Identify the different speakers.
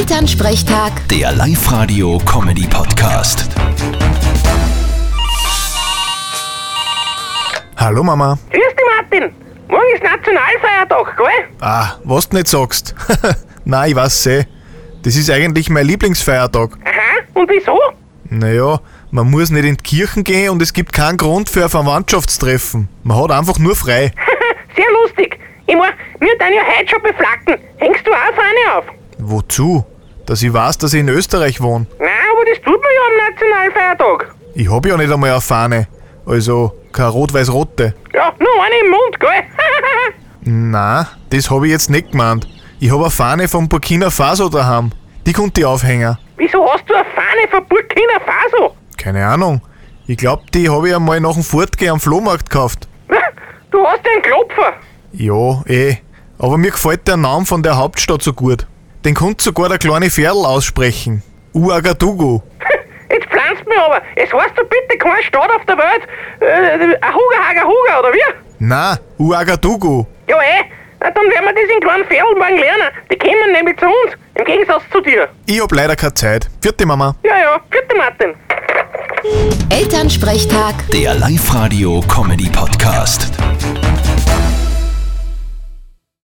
Speaker 1: Elternsprechtag,
Speaker 2: Der Live-Radio-Comedy-Podcast.
Speaker 3: Hallo Mama.
Speaker 4: Grüß dich, Martin. Morgen ist Nationalfeiertag, gell?
Speaker 3: Ah, was du nicht sagst. Nein, ich weiß eh. Das ist eigentlich mein Lieblingsfeiertag.
Speaker 4: Aha, und wieso?
Speaker 3: Naja, man muss nicht in die Kirchen gehen und es gibt keinen Grund für ein Verwandtschaftstreffen. Man hat einfach nur frei.
Speaker 4: Sehr lustig. Ich mein, wir tun ja heute schon beflacken. Hängst du auch Fahne auf?
Speaker 3: Wozu? Dass ich weiß, dass ich in Österreich wohne.
Speaker 4: Nein, aber das tut man ja am Nationalfeiertag.
Speaker 3: Ich hab ja nicht einmal eine Fahne. Also, keine rot-weiß-rote.
Speaker 4: Ja, nur eine im Mund, gell?
Speaker 3: Na, das hab ich jetzt nicht gemeint. Ich hab eine Fahne von Burkina Faso daheim. Die konnte ich aufhängen.
Speaker 4: wieso hast du eine Fahne von Burkina Faso?
Speaker 3: Keine Ahnung. Ich glaub, die hab ich einmal nach dem Fortgehen am Flohmarkt gekauft.
Speaker 4: Du hast einen Klopfer.
Speaker 3: Ja, eh. Aber mir gefällt der Name von der Hauptstadt so gut. Den konnte sogar der kleine Ferl aussprechen. Uagadugu.
Speaker 4: Jetzt pflanzt mir aber. Es heißt doch bitte keine Stadt auf der Welt. Äh, Ahuga Hagahuga, oder wie?
Speaker 3: Na, Uagadugu.
Speaker 4: Ja, eh. Na, dann werden wir das in kleinen Ferl morgen lernen. Die kommen nämlich zu uns, im Gegensatz zu dir.
Speaker 3: Ich hab leider keine Zeit. Vierte Mama.
Speaker 4: Ja, ja. Vierte Martin.
Speaker 1: Elternsprechtag.
Speaker 2: Der Live-Radio-Comedy-Podcast.